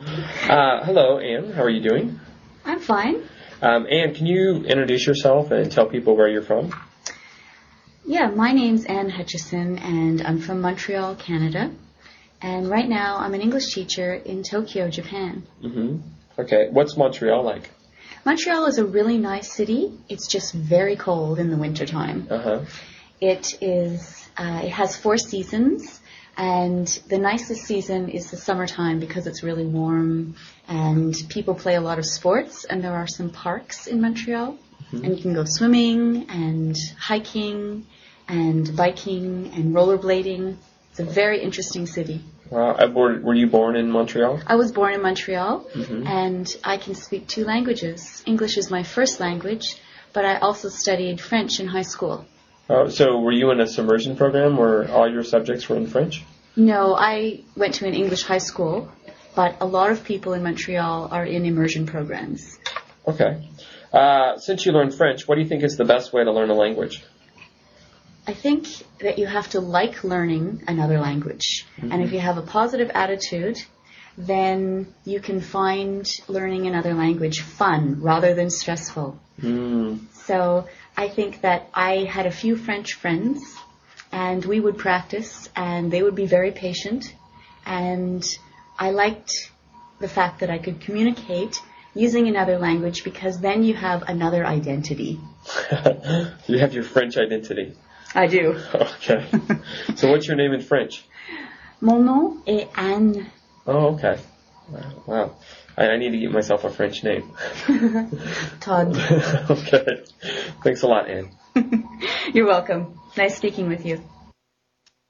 Uh, hello, Anne. How are you doing? I'm fine. Um, Anne, can you introduce yourself and tell people where you're from? Yeah, my name's Anne Hutchison, and I'm from Montreal, Canada. And right now, I'm an English teacher in Tokyo, Japan. hmm Okay. What's Montreal like? Montreal is a really nice city. It's just very cold in the wintertime. Uh huh. It is. Uh, it has four seasons, and the nicest season is the summertime because it's really warm, and people play a lot of sports. And there are some parks in Montreal, and you can go swimming and hiking, and biking and rollerblading. It's a very interesting city. Wow. Uh, Were, were you born in Montreal? I was born in Montreal, and I can speak two languages. English is my first language, but I also studied French in high school. Uh, so were you in a submersion program where all your subjects were in French? No, I went to an English high school, but a lot of people in Montreal are in immersion programs. Okay. Uh, since you learned French, what do you think is the best way to learn a language? I think that you have to like learning another language. And if you have a positive attitude, then you can find learning another language fun rather than stressful. Mm. So I think that I had a few French friends, and we would practice, and they would be very patient. And I liked the fact that I could communicate using another language because then you have another identity. you have your French identity. I do. Okay. so what's your name in French? Mon nom est Anne. Oh, okay. Wow. wow. I, I need to get myself a French name. Todd, okay. Thanks a lot, Anne. you're welcome. Nice speaking with you.